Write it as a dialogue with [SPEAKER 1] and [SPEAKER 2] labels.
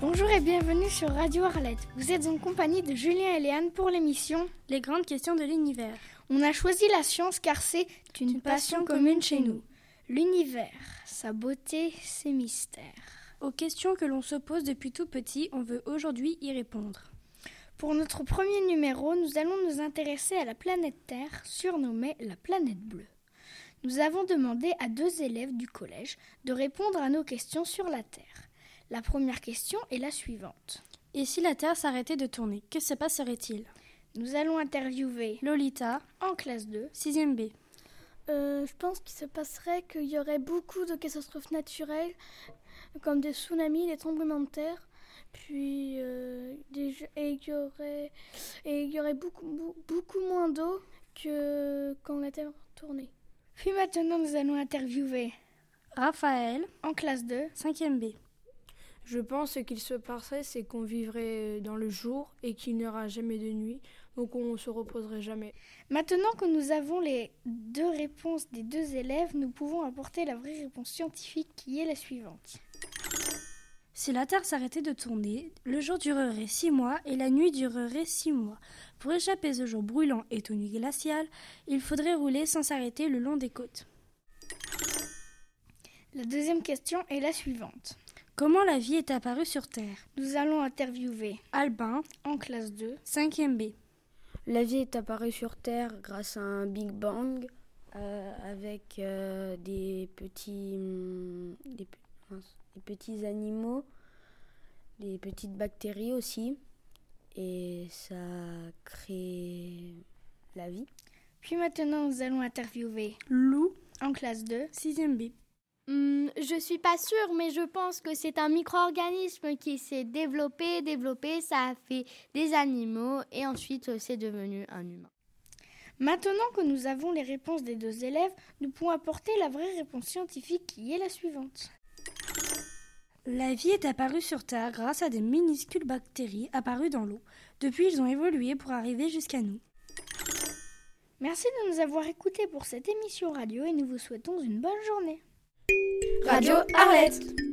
[SPEAKER 1] Bonjour et bienvenue sur Radio Arlette. Vous êtes en compagnie de Julien et Léane pour l'émission
[SPEAKER 2] Les grandes questions de l'univers.
[SPEAKER 1] On a choisi la science car c'est une,
[SPEAKER 2] Une passion
[SPEAKER 1] passion commune chez nous. L'univers, sa beauté, ses mystères.
[SPEAKER 2] Aux questions que l'on se pose depuis tout petit, on veut aujourd'hui y répondre.
[SPEAKER 1] Pour notre premier numéro, nous allons nous intéresser à la planète Terre, surnommée la planète bleue. Nous avons demandé à deux élèves du collège de répondre à nos questions sur la Terre. La première question est la suivante.
[SPEAKER 2] Et si la Terre s'arrêtait de tourner, que se passerait-il
[SPEAKER 1] Nous allons interviewer
[SPEAKER 2] Lolita,
[SPEAKER 1] en classe 2
[SPEAKER 2] 6e B.
[SPEAKER 3] Euh, je pense qu'il se passerait qu'il y aurait beaucoup de catastrophes naturelles, comme des tsunamis, des tremblements de terre, puis euh, des, jeux- et il y aurait, et il y aurait beaucoup, bou- beaucoup moins d'eau que quand la Terre tournait.
[SPEAKER 1] Puis maintenant, nous allons interviewer
[SPEAKER 2] Raphaël,
[SPEAKER 1] en classe 2
[SPEAKER 2] 5e B.
[SPEAKER 4] Je pense qu'il se passerait, c'est qu'on vivrait euh, dans le jour et qu'il n'y aura jamais de nuit, donc on se reposerait jamais.
[SPEAKER 1] Maintenant que nous avons les deux réponses des deux élèves, nous pouvons apporter la vraie réponse scientifique qui est la suivante.
[SPEAKER 2] Si la Terre s'arrêtait de tourner, le jour durerait 6 mois et la nuit durerait 6 mois. Pour échapper ce jour brûlant et aux nuits glaciales, il faudrait rouler sans s'arrêter le long des côtes.
[SPEAKER 1] La deuxième question est la suivante.
[SPEAKER 2] Comment la vie est apparue sur Terre
[SPEAKER 1] Nous allons interviewer
[SPEAKER 2] Albin,
[SPEAKER 1] en classe 2
[SPEAKER 2] 5e B.
[SPEAKER 5] La vie est apparue sur Terre grâce à un Big Bang euh, avec euh, des petits hum, des, pe- mince, des petits animaux, des petites bactéries aussi, et ça crée la vie.
[SPEAKER 1] Puis maintenant, nous allons interviewer
[SPEAKER 2] Lou,
[SPEAKER 1] en classe 2
[SPEAKER 2] 6e B.
[SPEAKER 6] Hum, je suis pas sûre, mais je pense que c'est un micro-organisme qui s'est développé, développé, ça a fait des animaux et ensuite euh, c'est devenu un humain.
[SPEAKER 1] Maintenant que nous avons les réponses des deux élèves, nous pouvons apporter la vraie réponse scientifique qui est la suivante.
[SPEAKER 2] La vie est apparue sur Terre grâce à des minuscules bactéries apparues dans l'eau. Depuis, ils ont évolué pour arriver jusqu'à nous.
[SPEAKER 1] Merci de nous avoir écoutés pour cette émission radio et nous vous souhaitons une bonne journée.
[SPEAKER 3] Radio Arlette